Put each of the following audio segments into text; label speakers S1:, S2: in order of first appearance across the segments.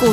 S1: 股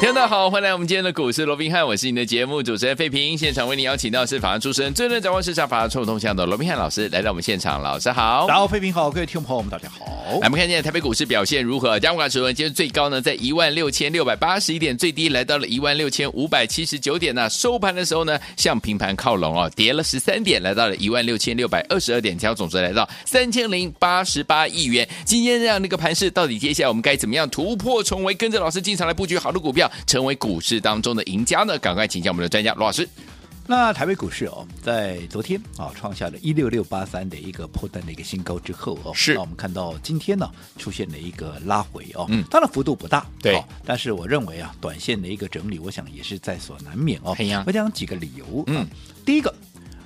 S2: 听众大家好，欢迎来我们今天的股市罗宾汉，我是你的节目主持人费平。现场为你邀请到是法案出身、最能掌握市场法案臭动向的罗宾汉老师来到我们现场，老师好。哎
S3: 然后，费平好，各位听众朋友们，大家好
S2: 来，。我们看一下台北股市表现如何？加权指数今天最高呢在一万六千六百八十一点，最低来到了一万六千五百七十九点呢、收盘的时候呢，向平盘靠拢哦，跌了十三点，来到了一万六千六百二十二点，调总值来到三千零八十八亿元。今天这样的一个盘势，到底接下来我们该怎么样突破重围，跟着老师进场来布局好的股票，成为股市当中的赢家呢？赶快请教我们的专家罗老师。
S3: 那台北股市哦，在昨天啊创下了一六六八三的一个破单的一个新高之后哦，
S2: 是
S3: 那我们看到今天呢出现了一个拉回哦，
S2: 嗯
S3: 当然幅度不大，
S2: 对
S3: 好但是我认为啊，短线的一个整理，我想也是在所难免哦
S2: 哎呀。
S3: 我讲几个理由，
S2: 嗯
S3: 啊，第一个。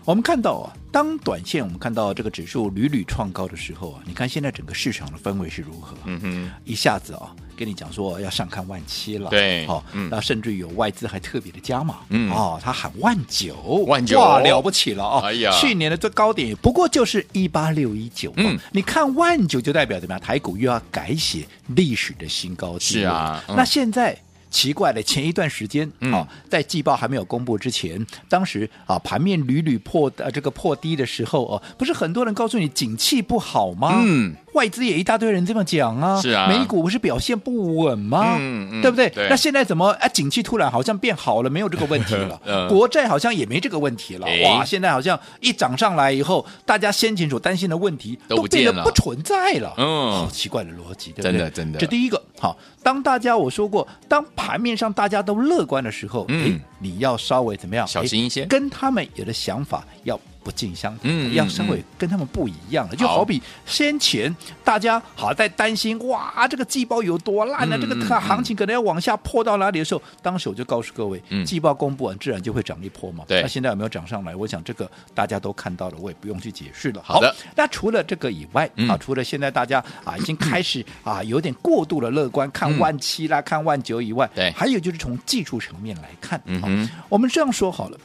S3: 我们看到啊，当短线我们看到这个指数屡屡创高的时候啊，你看现在整个市场的氛围是如何？啊
S2: 嗯哼，
S3: 一下子啊、跟你讲说要上看万七了，哦
S2: 对
S3: 好、
S2: 嗯
S3: 那甚至有外资还特别的加码，
S2: 嗯
S3: 哦，他喊万九，
S2: 万九
S3: 哇，了不起了哦，
S2: 哎呀
S3: 去年的最高点不过就是一八六一九，哦
S2: 嗯
S3: 你看万九就代表怎么样？台股又要改写历史的新高纪
S2: 是
S3: 录
S2: 啊嗯
S3: 那现在。奇怪了，前一段时间啊、
S2: 嗯
S3: 哦在季报还没有公布之前，当时啊盘面屡屡破呃这个破低的时候哦，不是很多人告诉你景气不好吗？
S2: 嗯，
S3: 外资也一大堆人这么讲啊，
S2: 是啊
S3: 美股不是表现不稳吗？
S2: 嗯嗯
S3: 对不对？
S2: 对，
S3: 那现在怎么啊？景气突然好像变好了，没有这个问题了
S2: 嗯
S3: 国债好像也没这个问题了。
S2: 哎
S3: 哇，现在好像一涨上来以后，大家先前所担心的问题
S2: 都不
S3: 变
S2: 见
S3: 得
S2: 了
S3: 不存在了。
S2: 嗯
S3: 好奇怪的逻辑，对不对？
S2: 真的真的
S3: 这第一个好。当大家我说过，当盘面上大家都乐观的时候，
S2: 嗯
S3: 哎，你要稍微怎么样？
S2: 小心一些
S3: 哎跟他们有的想法要。不尽相同，
S2: 嗯嗯
S3: 要稍微跟他们不一样了，就
S2: 好
S3: 好比先前大家好在担心哇，这个季报有多烂呢、
S2: 嗯
S3: 这个
S2: 嗯
S3: 它
S2: 嗯
S3: 行情可能要往下破到哪里的时候，当时我就告诉各位，
S2: 嗯
S3: 季报公布完自然就会涨一波嘛。
S2: 对
S3: 那现在有没有涨上来？我想这个大家都看到了，我也不用去解释了。
S2: 好的
S3: 那除了这个以外、
S2: 嗯
S3: 啊，除了现在大家啊已经开始啊有点过度的乐观，看万七啦、看万九以外，
S2: 嗯对
S3: 还有就是从技术层面来看，啊
S2: 嗯
S3: 好
S2: 哼
S3: 我们这样说好了，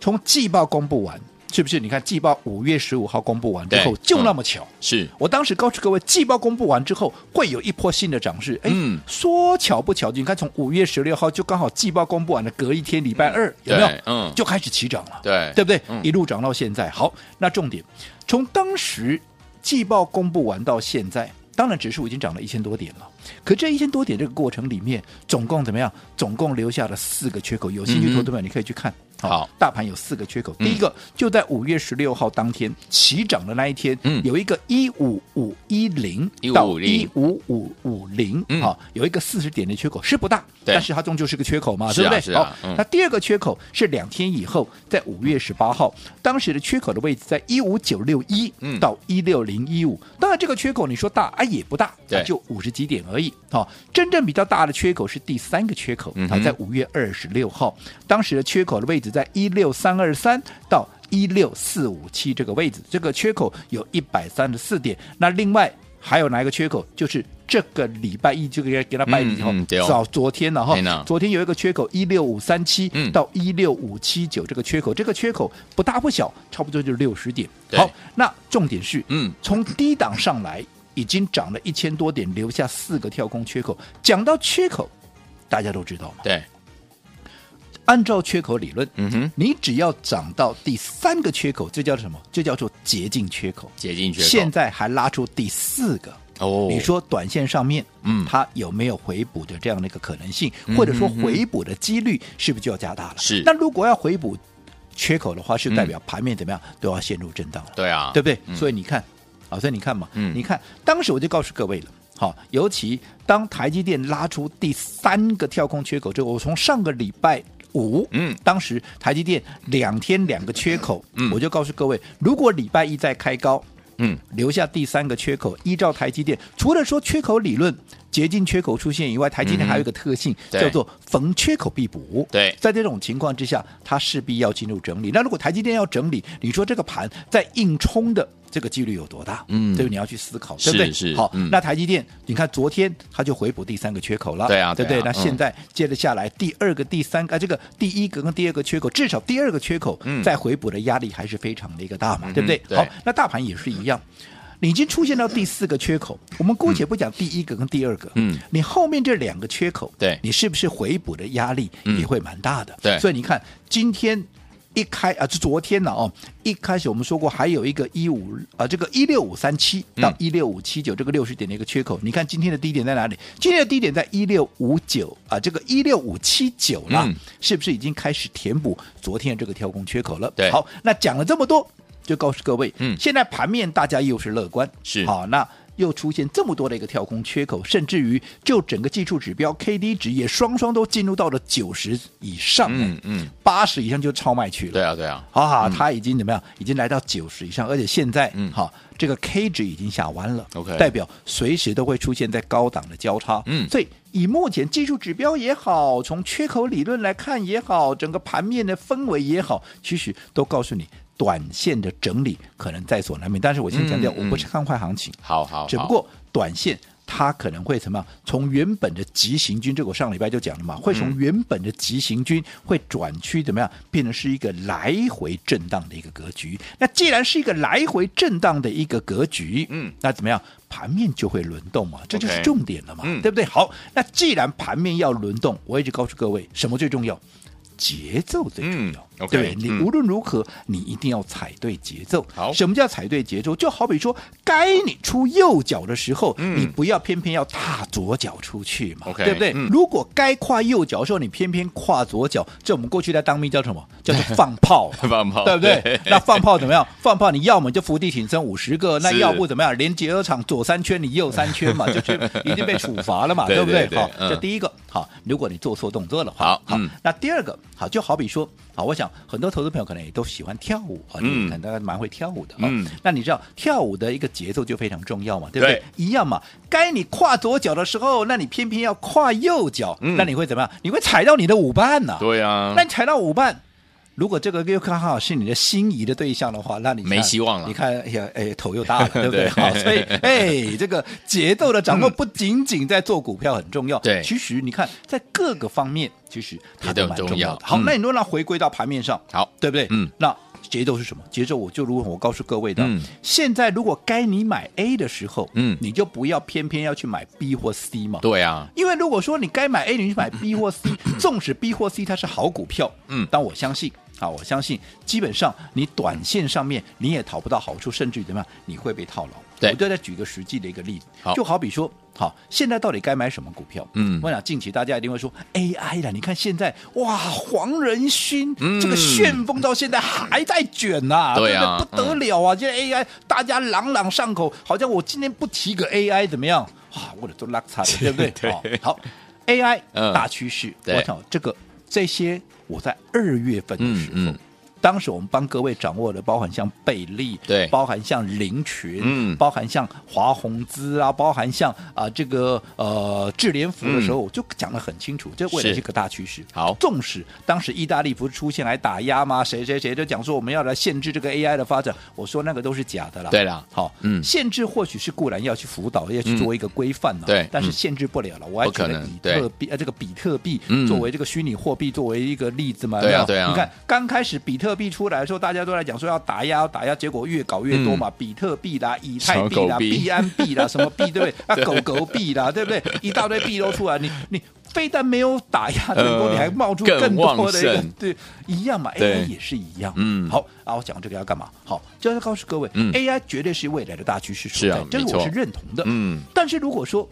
S3: 从季报公布完。是不是？你看季报五月十五号公布完之后
S2: 对，
S3: 就
S2: 嗯
S3: 那么巧，
S2: 是
S3: 我当时告诉各位，季报公布完之后，会有一波新的涨势。哎、
S2: 嗯
S3: 说巧不巧，你看从五月十六号就刚好季报公布完的隔一天，礼拜二、有没有
S2: 对？嗯
S3: 就开始起涨了，
S2: 对
S3: 对不对？
S2: 嗯
S3: 一路涨到现在。好，那重点，从当时季报公布完到现在，当然指数已经涨了一千多点了。可这一千多点这个过程里面，总共怎么样？总共留下了四个缺口。有兴
S2: 嗯
S3: 趣
S2: 哼
S3: 投资者，你可以去看。
S2: 好
S3: 大盘有四个缺口。
S2: 嗯
S3: 第一个就在五月十六号当天起涨的那一天，
S2: 嗯
S3: 有一个一五五一零到
S2: 15510
S3: 一五五五零
S2: 嗯，
S3: 好，有一个四十点的缺口，是不大，
S2: 对
S3: 但是它终究是个缺口嘛，
S2: 是啊
S3: 对不对？
S2: 是啊
S3: 好
S2: 嗯
S3: 那第二个缺口是两天以后，在五月十八号，当时的缺口的位置在一五九六一
S2: 嗯
S3: 到一六零一五。当然，这个缺口你说大啊也不大，
S2: 对
S3: 啊就五十几点而已。好，真正比较大的缺口是第三个缺口
S2: 嗯，
S3: 啊
S2: 哼，
S3: 在五月二十六号，当时的缺口的位置在一六三二三到。一六四五七这个位置，这个缺口有一百三十四点。那另外还有哪一个缺口？就是这个礼拜一，这个给它拜礼后
S2: 嗯嗯对哦，
S3: 早昨天了哈
S2: 对呢，
S3: 昨天有一个缺口一六五三七
S2: 嗯
S3: 到一六五七九这个缺口，这个缺口不大不小，差不多就是六十点。
S2: 对
S3: 好，那重点是，
S2: 嗯，
S3: 从低档上来已经涨了一千多点，留下四个跳空缺口。讲到缺口，大家都知道嘛，
S2: 对，
S3: 按照缺口理论，
S2: 嗯哼，
S3: 你只要涨到第三个缺口，这叫什么？这叫做捷径缺口。
S2: 解禁缺口。
S3: 现在还拉出第四个，
S2: 哦，
S3: 你说短线上面，
S2: 嗯
S3: 它有没有回补的这样的一个可能性，或者说回补的几率是不是就要加大了？
S2: 是
S3: 那如果要回补缺口的话，是代表盘面怎么样、都要陷入震荡了，
S2: 对啊，
S3: 对不对？
S2: 嗯
S3: 所以你看，啊，所以你看嘛，
S2: 嗯
S3: 你看当时我就告诉各位了。好，尤其当台积电拉出第三个跳空缺口之后，我从上个礼拜五，
S2: 嗯
S3: 当时台积电两天两个缺口，
S2: 嗯
S3: 我就告诉各位，如果礼拜一再开高，
S2: 嗯，
S3: 留下第三个缺口。依照台积电，除了说缺口理论，竭尽缺口出现以外，台积电还有一个特性、
S2: 嗯对
S3: 叫做逢缺口必补。
S2: 对
S3: 在这种情况之下，它势必要进入整理。那如果台积电要整理，你说这个盘在硬冲的这个几率有多大？
S2: 嗯
S3: 这个你要去思考，
S2: 是
S3: 对不对？
S2: 是
S3: 好，
S2: 嗯
S3: 那台积电，你看昨天它就回补第三个缺口了，
S2: 对啊
S3: 对不对？
S2: 对啊嗯
S3: 那现在接着下来，第二个、第三个，啊，这个第一个跟第二个缺口，至少第二个缺口
S2: 嗯
S3: 在回补的压力还是非常的一个大嘛，对不对？
S2: 对
S3: 好，那大盘也是一样。你已经出现到第四个缺口，我们姑且不讲第一个跟第二个，
S2: 嗯，
S3: 你后面这两个缺口，
S2: 对
S3: 你是不是回补的压力
S2: 嗯
S3: 也会蛮大的？
S2: 对
S3: 所以你看今天一开啊，就昨天呢、哦，一开始我们说过还有一个一五啊，这个一六五三七到
S2: 嗯
S3: 一六五七九这个六十点的一个缺口，你看今天的低点在哪里？今天的低点在一六五九啊，这个一六五七九啦，
S2: 嗯
S3: 是不是已经开始填补昨天的这个跳空缺口了？
S2: 对
S3: 好，那讲了这么多，就告诉各位，
S2: 嗯
S3: 现在盘面大家又是乐观，
S2: 是
S3: 好，那又出现这么多的一个跳空缺口，甚至于就整个技术指标 K D 值也双双都进入到了九十以上，
S2: 嗯嗯，
S3: 八十以上就超卖区了，
S2: 对啊对啊，
S3: 啊，
S2: 嗯
S3: 它已经怎么样？已经来到九十以上，而且现在，
S2: 嗯
S3: 好，这个 K 值已经下弯了
S2: OK
S3: 代表随时都会出现在高档的交叉，
S2: 嗯
S3: 所以以目前技术指标也好，从缺口理论来看也好，整个盘面的氛围也好，其实都告诉你。短线的整理可能在所难免，但是我先强调，
S2: 嗯嗯
S3: 我不是看坏行情，
S2: 好好，
S3: 只不
S2: 好
S3: 过短线它可能会怎么样？从原本的急行军，这个我上礼拜就讲
S2: 嗯
S3: 了嘛，会从原本的急行军会转趋怎么样，变成是一个来回震荡的一个格局。那既然是一个来回震荡的一个格局，
S2: 嗯，
S3: 那怎么样？盘面就会轮动嘛，这就是
S2: OK
S3: 重点了嘛
S2: 嗯
S3: 对不对？好，那既然盘面要轮动，我一直告诉各位，什么最重要？节奏最重要，
S2: 嗯，OK，
S3: 对不对
S2: 嗯
S3: 你无论如何，你一定要踩对节奏。
S2: 好
S3: 什么叫踩对节奏？就好比说，该你出右脚的时候，
S2: 嗯
S3: 你不要偏偏要踏左脚出去嘛
S2: OK，
S3: 对不对？
S2: 嗯。
S3: 如果该跨右脚的时候，你偏偏跨左脚，这我们过去在当兵叫什么？叫做放炮
S2: 放炮，
S3: 对不对？那放炮怎么样？放炮你要么就伏地挺身五十个，那
S2: 是
S3: 要不怎么样？连结合场左三圈你右三 圈嘛，就是已经被处罚了嘛，
S2: 对
S3: 不对
S2: 对？对
S3: 好，
S2: 嗯
S3: 这第一个好，如果你做错动作的话，
S2: 好
S3: 好
S2: 嗯，
S3: 那第二个好，就好比说，好，我想很多投资朋友可能也都喜欢跳舞啊，
S2: 嗯
S3: 你可能蛮会跳舞的啊
S2: 嗯。
S3: 那你知道跳舞的一个节奏就非常重要嘛，对不对
S2: 对？
S3: 一样嘛，该你跨左脚的时候，那你偏偏要跨右脚，
S2: 嗯
S3: 那你会怎么样？你会踩到你的舞伴呐。
S2: 对啊
S3: 那，你踩到舞伴，如果这个又刚好是你的心仪的对象的话，那你看
S2: 没希望了
S3: 你看，哎呀，哎，头又 大了，对不
S2: 对
S3: 对？
S2: 嗯
S3: 好，所以，哎，这个节奏的掌握不仅仅在做股票很重要，
S2: 对
S3: 其实你看在各个方面，其实它
S2: 也都
S3: 都
S2: 很
S3: 蛮
S2: 重
S3: 重要
S2: 要
S3: 的。好
S2: 嗯，
S3: 那你若让它回归到盘面上，
S2: 好，
S3: 对不对？
S2: 嗯，
S3: 那节奏是什么？节奏我就如我告诉各位的，
S2: 嗯
S3: 现在如果该你买 A 的时候，
S2: 嗯
S3: 你就不要偏偏要去买 B 或 C 嘛，
S2: 对啊，
S3: 因为如果说你该买 A，你去买 B 或 C，纵使 B 或 C 它是好股票，
S2: 嗯
S3: 但我相信啊，我相信基本上你短线上面你也讨不到好处，甚至于怎么样，你会被套牢。
S2: 对
S3: 我就再举个实际的一个例子
S2: 好，
S3: 就好比说，好，现在到底该买什么股票？
S2: 嗯
S3: 我想近期大家一定会说 AI 啦，你看现在哇，黄仁勋、
S2: 嗯
S3: 这个旋风到现在还在卷呐、
S2: 对啊
S3: 不对不得了啊！现在 AI 大家朗朗上口，好像我今天不提个 AI 怎么样？哇，我的都拉惨 了，对不对？
S2: 对
S3: 好好，AI
S2: 嗯
S3: 大趋势，
S2: 对
S3: 我想这个这些我在二月份的时候。
S2: 嗯嗯
S3: 当时我们帮各位掌握的，包含像贝利，
S2: 对
S3: 包含像林群，
S2: 嗯
S3: 包含像华宏资啊，包含像啊、这个呃智联福的时候，我就讲得很清楚，这未来
S2: 嗯是
S3: 是个大趋势。
S2: 好
S3: 纵使当时意大利不是出现来打压吗？谁谁谁就讲说我们要来限制这个 AI 的发展，我说那个都是假的啦。
S2: 对啦
S3: 好，
S2: 嗯
S3: 限制或许是固然要去辅导，要去做一个规范呐、
S2: 对
S3: 但是
S2: 嗯
S3: 限制不了了。我还
S2: 不可
S3: 举了
S2: 能
S3: 比
S2: 对
S3: 特币，呃，这个比特币
S2: 嗯
S3: 作为这个虚拟货币作为一个例子嘛，有
S2: 对啊
S3: 没有
S2: 对啊
S3: 你看刚开始比特币出来的时候，大家都在讲说要打压，要打压，结果越搞越多嘛，比特币啦、以太币
S2: 嗯小狗
S3: 啦、
S2: 币
S3: 币安币啦、什么币，对不对？ 啊，狗狗币啦，对不对？一大堆币都出来，你你。非但没有打压成功，
S2: 呃
S3: 你还冒出
S2: 更
S3: 更多的一
S2: 旺
S3: 个
S2: 盛
S3: 对一样嘛
S2: 对
S3: ，AI 也是一样。
S2: 嗯
S3: 好啊，我讲这个要干嘛？好，就是告诉各位
S2: 嗯
S3: ，AI 绝对是未来的大趋势
S2: 是
S3: 所
S2: 啊
S3: 在，这
S2: 没
S3: 个
S2: 错
S3: 我是认同的。
S2: 嗯，
S3: 但是如果说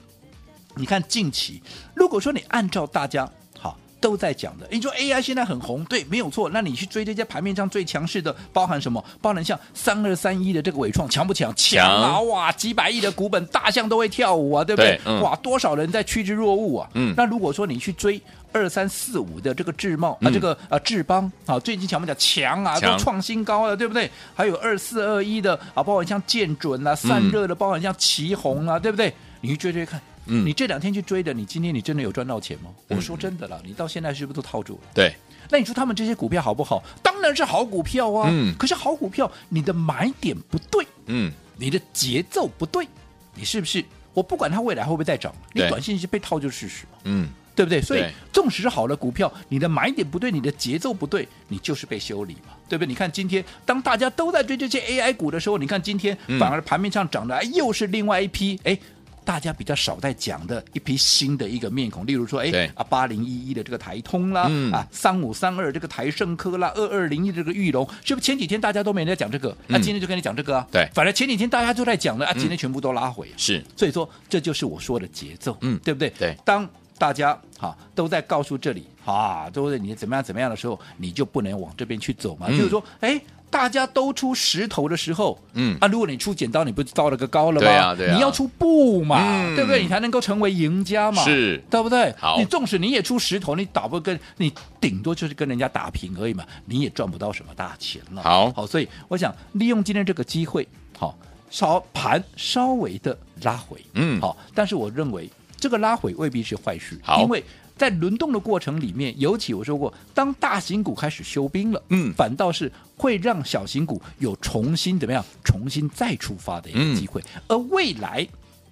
S3: 你看近期，如果说你按照大家好都在讲的，你说 AI 现在很红，对，没有错。那你去追这些盘面上最强势的，包含什么？包含像三二三一的这个伟创强不强？强啊！
S2: 强
S3: 哇，几百亿的股本，大象都会跳舞啊，对不对？
S2: 对嗯
S3: 哇，多少人在趋之若鹜啊！
S2: 嗯
S3: 那如果说你去追。二三四五的这个智茂啊，
S2: 嗯
S3: 这个啊智邦啊，最近强不强？强啊，
S2: 强
S3: 都创新高了，对不对？还有二四二一的啊，包含像建准啊、散
S2: 嗯
S3: 热的，包含像旗宏啊，对不对？你去追追看，
S2: 嗯
S3: 你这两天去追的，你今天你真的有赚到钱吗？我说真的啦，你到现在是不是都套住了？
S2: 对，
S3: 那你说他们这些股票好不好？当然是好股票啊。
S2: 嗯
S3: 可是好股票，你的买点不对，
S2: 嗯，
S3: 你的节奏不对，你是不是？我不管它未来会不会再涨，你
S2: 对
S3: 短线是被套就是事实嘛，
S2: 嗯，
S3: 对不对？所以
S2: 对，
S3: 纵使是好的股票，你的买点不对，你的节奏不对，你就是被修理嘛，对不对？你看今天，当大家都在追这些 AI 股的时候，你看今天
S2: 嗯
S3: 反而盘面上涨的、哎又是另外一批，哎。大家比较少在讲的一批新的一个面孔，例如说，
S2: 对
S3: 哎啊，八零一一的这个台通啦，
S2: 嗯
S3: 啊，三五三二这个台盛科啦，二二零一这个玉龙，是不是前几天大家都没人在讲这个？那、
S2: 嗯
S3: 今天就跟你讲这个啊？
S2: 对嗯
S3: 反正前几天大家都在讲了，啊，今天全部都拉回、
S2: 是，
S3: 所以说这就是我说的节奏，
S2: 嗯
S3: 对不对？
S2: 对
S3: 当大家哈、啊都在告诉这里啊，都是你怎么样怎么样的时候，你就不能往这边去走嘛。
S2: 嗯
S3: 就是说，哎。大家都出石头的时候，
S2: 嗯
S3: 啊，如果你出剪刀，你不就到了个高了吗？
S2: 对啊对啊
S3: 你要出布嘛，
S2: 嗯
S3: 对不对？你才能够成为赢家嘛，
S2: 是
S3: 对不对？
S2: 好
S3: 你纵使你也出石头，你打不跟你顶多就是跟人家打平而已嘛，你也赚不到什么大钱了。
S2: 好
S3: 好，所以我想利用今天这个机会，好，稍盘稍微的拉回，
S2: 嗯
S3: 好，但是我认为这个拉回未必是坏事，
S2: 好
S3: 因为在轮动的过程里面，尤其我说过，当大型股开始休兵了，
S2: 嗯
S3: 反倒是会让小型股有重新怎么样，重新再出发的一
S2: 嗯
S3: 个机会，而未来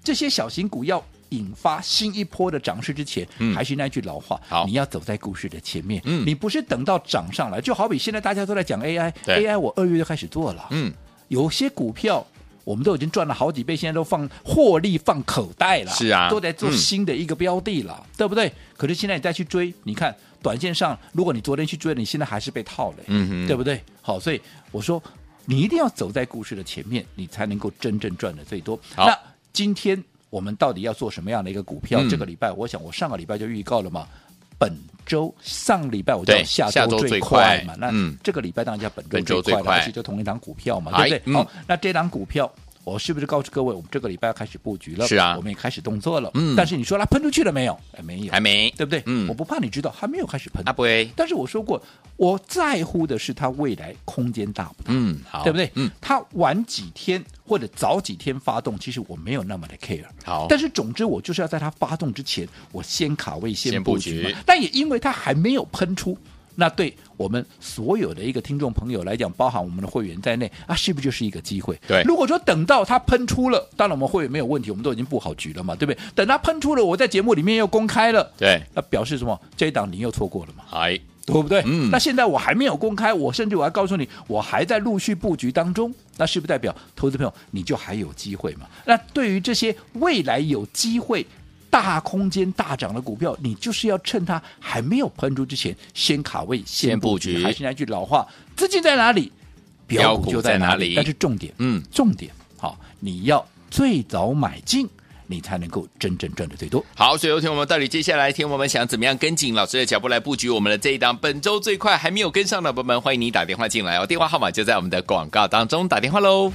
S3: 这些小型股要。引发新一波的涨势之前，
S2: 嗯
S3: 还是那句老话，
S2: 好
S3: 你要走在故事的前面，
S2: 嗯
S3: 你不是等到涨上来，就好比现在大家都在讲 AI，AI
S2: 对
S3: 我二月就开始做了，
S2: 嗯，
S3: 有些股票我们都已经赚了好几倍，现在都放获利放口袋了，
S2: 是啊
S3: 都在做
S2: 嗯
S3: 新的一个标的了，对不对？可是现在你再去追，你看短线上，如果你昨天去追，你现在还是被套了，
S2: 嗯哼
S3: 对不对？好，所以我说你一定要走在故事的前面，你才能够真正赚的最多。
S2: 好
S3: 那今天我们到底要做什么样的一个股票？
S2: 嗯
S3: 这个礼拜，我想我上个礼拜就预告了嘛。本周上礼拜我叫
S2: 对
S3: 下
S2: 下周
S3: 周
S2: 最
S3: 最
S2: 快
S3: 快嘛，那
S2: 嗯
S3: 这个礼拜当然叫本
S2: 本周
S3: 周
S2: 最
S3: 最快了，
S2: 快
S3: 而且就同一档股票嘛，
S2: 哎
S3: 对不对？
S2: 嗯
S3: 好，那这档股票。我是不是告诉各位，我们这个礼拜要开始布局了？
S2: 是啊
S3: 我们也开始动作了。
S2: 嗯
S3: 但是你说它喷出去了没有？哎，没有，
S2: 还没，
S3: 对不对？
S2: 嗯
S3: 我不怕你知道，还没有开始喷。
S2: 阿伯，
S3: 但是我说过，我在乎的是它未来空间大不大，
S2: 嗯，好，
S3: 对不对？
S2: 嗯，，
S3: 它晚几天或者早几天发动，其实我没有那么的 care。
S2: 好，
S3: 但是总之，我就是要在它发动之前，我先卡位
S2: 先
S3: 先
S2: 布
S3: 布局嘛
S2: 局
S3: 但也因为它还没有喷出，那对我们所有的一个听众朋友来讲，包含我们的会员在内啊，是不是就是一个机会？
S2: 对
S3: 如果说等到它喷出了，当然我们会员没有问题，我们都已经布好局了嘛，对不对？等它喷出了，我在节目里面又公开了，
S2: 对，
S3: 那表示什么？这一档你又错过了嘛？
S2: 还
S3: 对不对？
S2: 嗯
S3: 那现在我还没有公开，我甚至我还告诉你，我还在陆续布局当中。那是不是代表投资朋友你就还有机会嘛？那对于这些未来有机会大空间大涨的股票，你就是要趁它还没有喷出之前，先卡位，
S2: 先布局
S3: 还是那句老话，资金在哪里，
S2: 标
S3: 标
S2: 股
S3: 股就
S2: 在
S3: 在
S2: 哪
S3: 哪
S2: 里
S3: 里。但是重点，
S2: 嗯，
S3: 重点好，你要最早买进，你才能够真正赚的最多。
S2: 好，所以有听我们到底接下来听我们想怎么样跟紧老师的脚步来布局我们的这一档本周最快还没有跟上的朋友们，欢迎你打电话进来哦，电话号码就在我们的广告当中，打电话喽。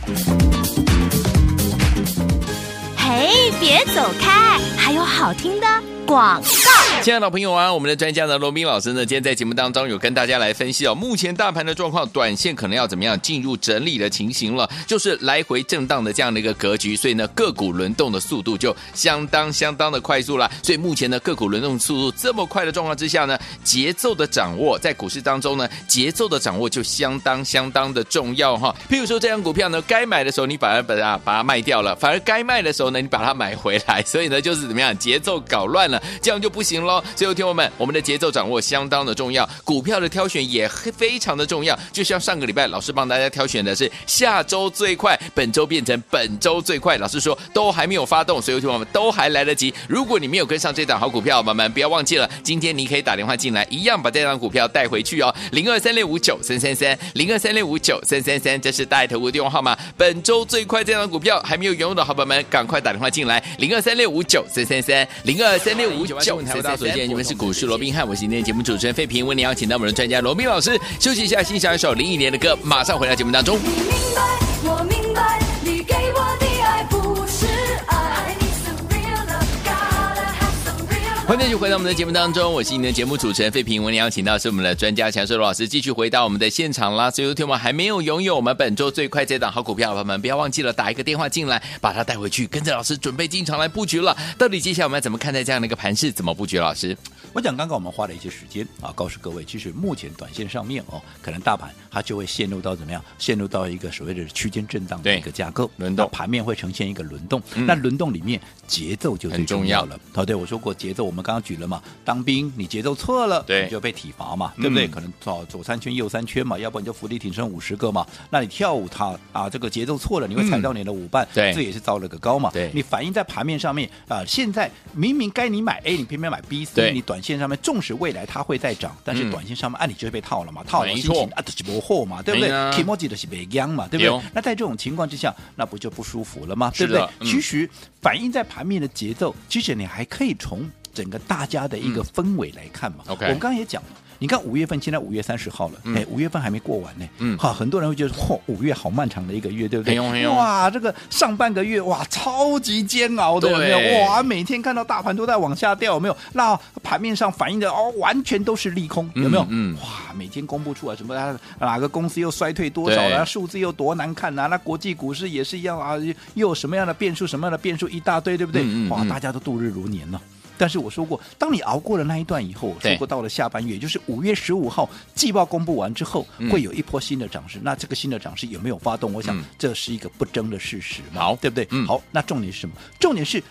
S1: 嘿，别走开，还有好听的广告。
S2: 亲爱的朋友啊，我们的专家呢，罗斌老师呢，今天在节目当中有跟大家来分析哦，目前大盘的状况，短线可能要怎么样进入整理的情形了，就是来回震荡的这样的一个格局，所以呢，个股轮动的速度就相当相当的快速啦。所以目前呢，个股轮动速度这么快的状况之下呢，节奏的掌握在股市当中呢，节奏的掌握就相当相当的重要哈。譬如说这张股票呢，该买的时候你反而把它把它卖掉了，反而该卖的时候呢，你把它买回来，所以呢，就是怎么样，节奏搞乱了，这样就不行喽。 所以，听友们，我们的节奏掌握相当的重要，股票的挑选也非常的重要。就像上个礼拜老师帮大家挑选的是下周最快，本周变成本周最快。老师说都还没有发动，所以听友们都还来得及。如果你没有跟上这档好股票，妈妈不要忘记了，今天你可以打电话进来，一样把这档股票带回去哦，零二三六五九三三三，零二三六五九三三三，这是带头的电话号码。本周最快这档股票还没有拥有的好朋友们，赶快打电话进来，零二三六五九三三三，零二三六五九三三三。今天你们是股市罗宾汉，我是今天的节目主持人费平，为你邀请到我们的专家罗宾老师休息一下，欣赏一首林忆莲的歌，马上回到节目当中。
S4: 你明白，我明白，你给我的爱不是爱。I need some real love, gotta have some real love.
S2: 欢迎继续回到我们的节目当中，我是你的节目主持人费平。我们邀请到是我们的专家强硕罗老师，继续回到我们的现场啦。所以，听我们还没有拥有我们本周最快这档好股票的朋友们，不要忘记了打一个电话进来，把它带回去，跟着老师准备进场来布局了。到底接下来我们要怎么看待这样的一个盘势？怎么布局？老师，
S3: 我讲刚刚我们花了一些时间啊，告诉各位，其实目前短线上面哦，可能大盘它就会陷入到怎么样？陷入到一个所谓的区间震荡的
S2: 对
S3: 一个架构，
S2: 轮动
S3: 那盘面会呈现一个轮动。
S2: 嗯
S3: 那轮动里面节奏就最
S2: 很重
S3: 重
S2: 要
S3: 要了。哦，对，我说过节奏，我们刚刚举了嘛，当兵你节奏错了，
S2: 对
S3: 你就被体罚嘛，对不对？
S2: 嗯
S3: 可能左左三圈右三圈嘛，要不然你就伏地挺身五十个嘛。那你跳舞它啊，这个节奏错了，你会踩到你的舞伴，
S2: 嗯对
S3: 这也是糟了个高嘛。
S2: 对
S3: 你反映在盘面上面啊、现在明明该你买 A，你偏偏买 B、C，
S2: 对
S3: 你短线上面纵使未来它会再涨，但
S2: 嗯
S3: 是短线上面按理就是被套了嘛，套了
S2: 没
S3: 心
S2: 错
S3: 情啊，就是不货嘛，对不对
S2: 哎呀
S3: k i m o j i 的是被央嘛，对不
S2: 有
S3: 对？那在这种情况之下，那不就不舒服了吗？
S2: 是
S3: 对不对
S2: 的？嗯
S3: 其实反映在盘面的节奏，其实你还可以从整个大家的一个氛围来看嘛。
S2: 嗯，OK
S3: 我们刚刚也讲了。你看五月份，现在五月三十号了，哎、五月份还没过完呢，
S2: 嗯
S3: 好，很多人会觉得，嚯，五月好漫长的一个月，对不
S2: 哎
S3: 对？
S2: 呦哎呦
S3: 哇，这个上半个月哇，超级煎熬的，有没
S2: 对
S3: 有？哇，每天看到大盘都在往下掉，有没有？那盘面上反映的哦，完全都是利空，有没有？
S2: 嗯嗯
S3: 哇，每天公布出来什么啊哪个公司又衰退多少
S2: 对
S3: 了，数字又多难看啊，那国际股市也是一样啊，又又有什么样的变数，什么样的变数一大堆，对不对？
S2: 嗯嗯
S3: 哇，
S2: 嗯
S3: 大家都度日如年了。但是我说过，当你熬过了那一段以后，我
S2: 对
S3: 说过到了下半月，也就是五月十五号季报公布完之后
S2: 嗯，
S3: 会有一波新的涨势。那这个新的涨势有没有发动？我想
S2: 嗯
S3: 这是一个不争的事实嘛，
S2: 好
S3: 对不对？
S2: 嗯
S3: 好，那重点是什么？重点是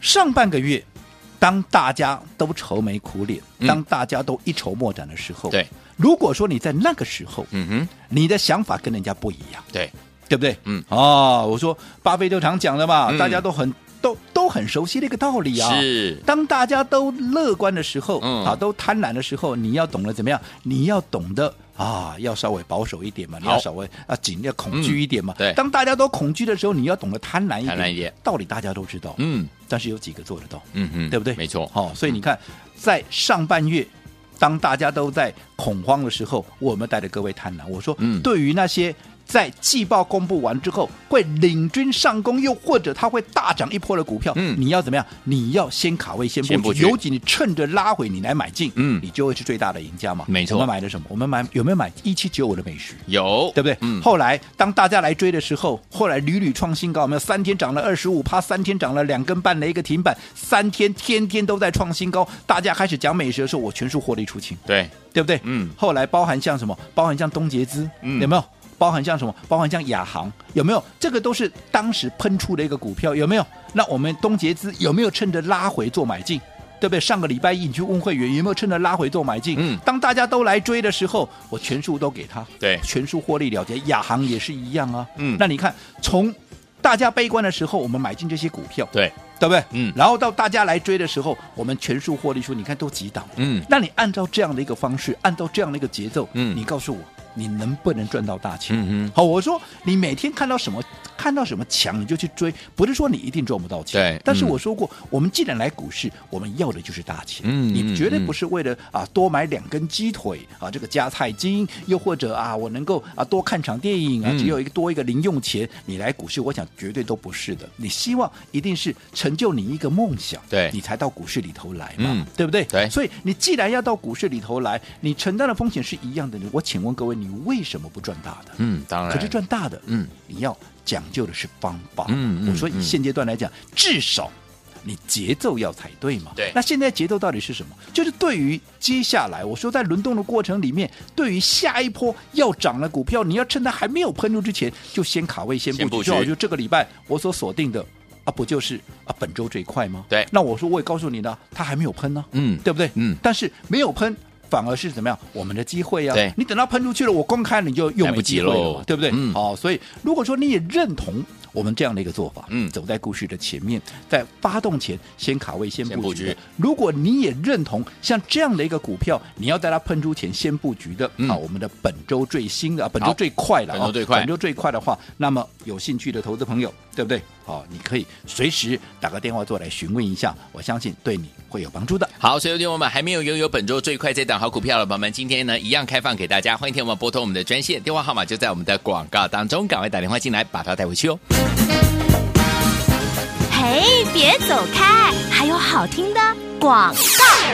S3: 上半个月，当大家都愁眉苦脸，
S2: 嗯
S3: 当大家都一筹莫展的时候，
S2: 对，
S3: 如果说你在那个时候，
S2: 嗯哼，
S3: 你的想法跟人家不一样，
S2: 对，
S3: 对不对？
S2: 嗯，
S3: 哦，我说巴菲特常讲的嘛，
S2: 嗯
S3: 大家都很都都很熟悉的一个道理啊。
S2: 是
S3: 当大家都乐观的时候，
S2: 嗯
S3: 啊，都贪婪的时候，你要懂得怎么样？你要懂得啊，要稍微保守一点嘛，你
S2: 好
S3: 要稍微啊紧，要恐惧一点嘛。
S2: 嗯对
S3: 当大家都恐惧的时候，你要懂得贪婪一点。
S2: 贪婪一点，
S3: 道理大家都知道，
S2: 嗯
S3: 但是有几个做得到？
S2: 嗯哼，
S3: 对不对？
S2: 没错，
S3: 好、所以你看，在上半月，当大家都在恐慌的时候，我们带着各位贪婪。我说，
S2: 嗯
S3: 对于那些在季报公布完之后会领军上攻，又或者它会大涨一波的股票，
S2: 嗯
S3: 你要怎么样？你要先卡位，先布局，
S2: 先布局
S3: 尤其你趁着拉回你来买进，
S2: 嗯
S3: 你就会是最大的赢家嘛。
S2: 没错
S3: 我们买了什么？我们买有没有买一七九五的美食？
S2: 有
S3: 对不对？
S2: 嗯，
S3: 后来当大家来追的时候，后来屡屡创新高，有没有？三天涨了二十五趴，三天涨了两根半的一个停板，三天天天都在创新高。大家开始讲美食的时候，我全数获利出清，
S2: 对，
S3: 对不对？
S2: 嗯
S3: 后来包含像什么？包含像东杰资，
S2: 嗯
S3: 有没有？包含像什么？包含像亚航，有没有？这个都是当时喷出的一个股票，有没有？那我们东杰资有没有趁着拉回做买进？对不对？上个礼拜一你去问会员有没有趁着拉回做买进？
S2: 嗯
S3: 当大家都来追的时候，我全数都给他。
S2: 对
S3: 全数获利了结。亚航也是一样啊。
S2: 嗯
S3: 那你看，从大家悲观的时候，我们买进这些股票，
S2: 对，
S3: 对不对？
S2: 嗯
S3: 然后到大家来追的时候，我们全数获利出，你看都几档了。
S2: 嗯，
S3: 那你按照这样的一个方式，按照这样的一个节奏，
S2: 嗯
S3: 你告诉我，你能不能赚到大钱？
S2: 嗯哼
S3: 好，我说你每天看到什么，看到什么强你就去追，不是说你一定赚不到钱。
S2: 对
S3: 但是
S2: 嗯
S3: 我说过，我们既然来股市，我们要的就是大钱。
S2: 嗯嗯
S3: 你绝对
S2: 嗯
S3: 不是为了啊多买两根鸡腿啊这个加菜金，又或者啊我能够啊多看场电影啊
S2: 嗯，
S3: 只有一个多一个零用钱，你来股市，我想绝对都不是的。你希望一定是成就你一个梦想，
S2: 对
S3: 你才到股市里头来嘛，
S2: 嗯
S3: 对不对？
S2: 对
S3: 所以你既然要到股市里头来，你承担的风险是一样的。你我请问各位，你为什么不赚大的？
S2: 嗯，当然，
S3: 可是赚大的，
S2: 嗯，
S3: 你要讲究的是方法。
S2: 嗯嗯
S3: 我说以
S2: 嗯
S3: 现阶段来讲，至少你节奏要才对嘛。
S2: 对
S3: 那现在节奏到底是什么？就是对于接下来，我说在轮动的过程里面，对于下一波要涨的股票，你要趁它还没有喷出之前，就先卡位，先
S2: 先
S3: 布
S2: 布局
S3: 局。就好，就这个礼拜我所锁定的。啊，不就是啊，本周最快吗？
S2: 对
S3: 那我说我也告诉你了，它还没有喷呢、
S2: 嗯
S3: 对不对？
S2: 嗯
S3: 但是没有喷，反而是怎么样？我们的机会呀、
S2: 对
S3: 你等到喷出去了，我公开了你就又
S2: 来
S3: 没
S2: 不及
S3: 机会
S2: 喽
S3: 了嘛，对不对？
S2: 嗯
S3: 好，所以如果说你也认同我们这样的一个做法，
S2: 嗯
S3: 走在故事的前面，在发动前先卡位先
S2: 先
S3: 布
S2: 布
S3: 局
S2: 局
S3: 的。如果你也认同像这样的一个股票，你要在它喷出前先布局的，
S2: 嗯
S3: 啊，我们的本周最新的，啊本
S2: 好
S3: 周最快了啊，
S2: 本周最快
S3: 本周最快的话，那么有兴趣的投资朋友，对不对？好，你可以随时打个电话过来询问一下，我相信对你会有帮助的。
S2: 好，所以有听我们还没有拥有本周最快这档好股票的朋友们，今天呢一样开放给大家，欢迎听我们拨通我们的专线，电话号码就在我们的广告当中，赶快打电话进来把它带回去哦。
S1: 嘿，别走开，还有好听的
S5: 广。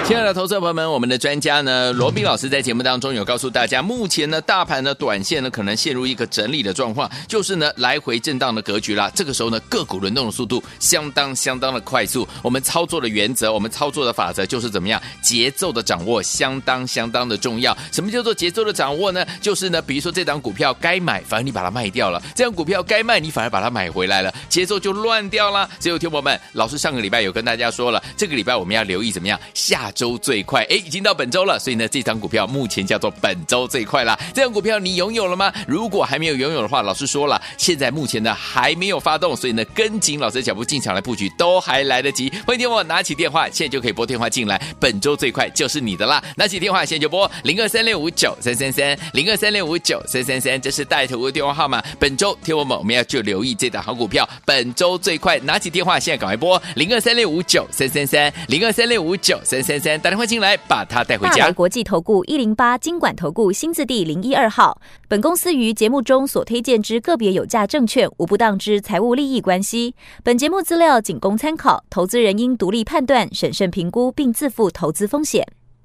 S2: 亲爱的投资者朋友们，我们的专家呢，罗斌老师在节目当中有告诉大家，目前呢，大盘呢，短线呢，可能陷入一个整理的状况，就是呢，来回震荡的格局啦。这个时候呢，个股轮动的速度相当相当的快速。我们操作的原则，我们操作的法则就是怎么样，节奏的掌握相当相当的重要。什么叫做节奏的掌握呢？就是呢，比如说这档股票该买，反而你把它卖掉了；这档股票该卖，你反而把它买回来了，节奏就乱掉啦。所以，听友们，老师上个礼拜有跟大家说了，这个礼拜我们要留意怎么样，下周最快，哎，已经到本周了，所以呢，这张股票目前叫做本周最快啦。这张股票你拥有了吗？如果还没有拥有的话，老师说了，现在目前呢还没有发动，所以呢，跟紧老师的脚步进场来布局都还来得及。欢迎听我拿起电话，现在就可以拨电话进来，本周最快就是你的啦。拿起电话现在就拨零二三六五九三三三零二三六五九三三三，这是带头的电话号码。本周听我们我们要就留意这档好股票，本周最快，拿起电话现在赶快拨零二三六五九三三三零二三六五九三三三，打电话进来把它带回
S1: 大
S2: 家
S1: 来。国际投顾一零八金管投顾新字第零一二号。本公司于节目中所推荐之个别有价证券，无不当之财务利益关系。本节目资料仅供参考，投资人应独立判断、审慎评估，并自负投资风险。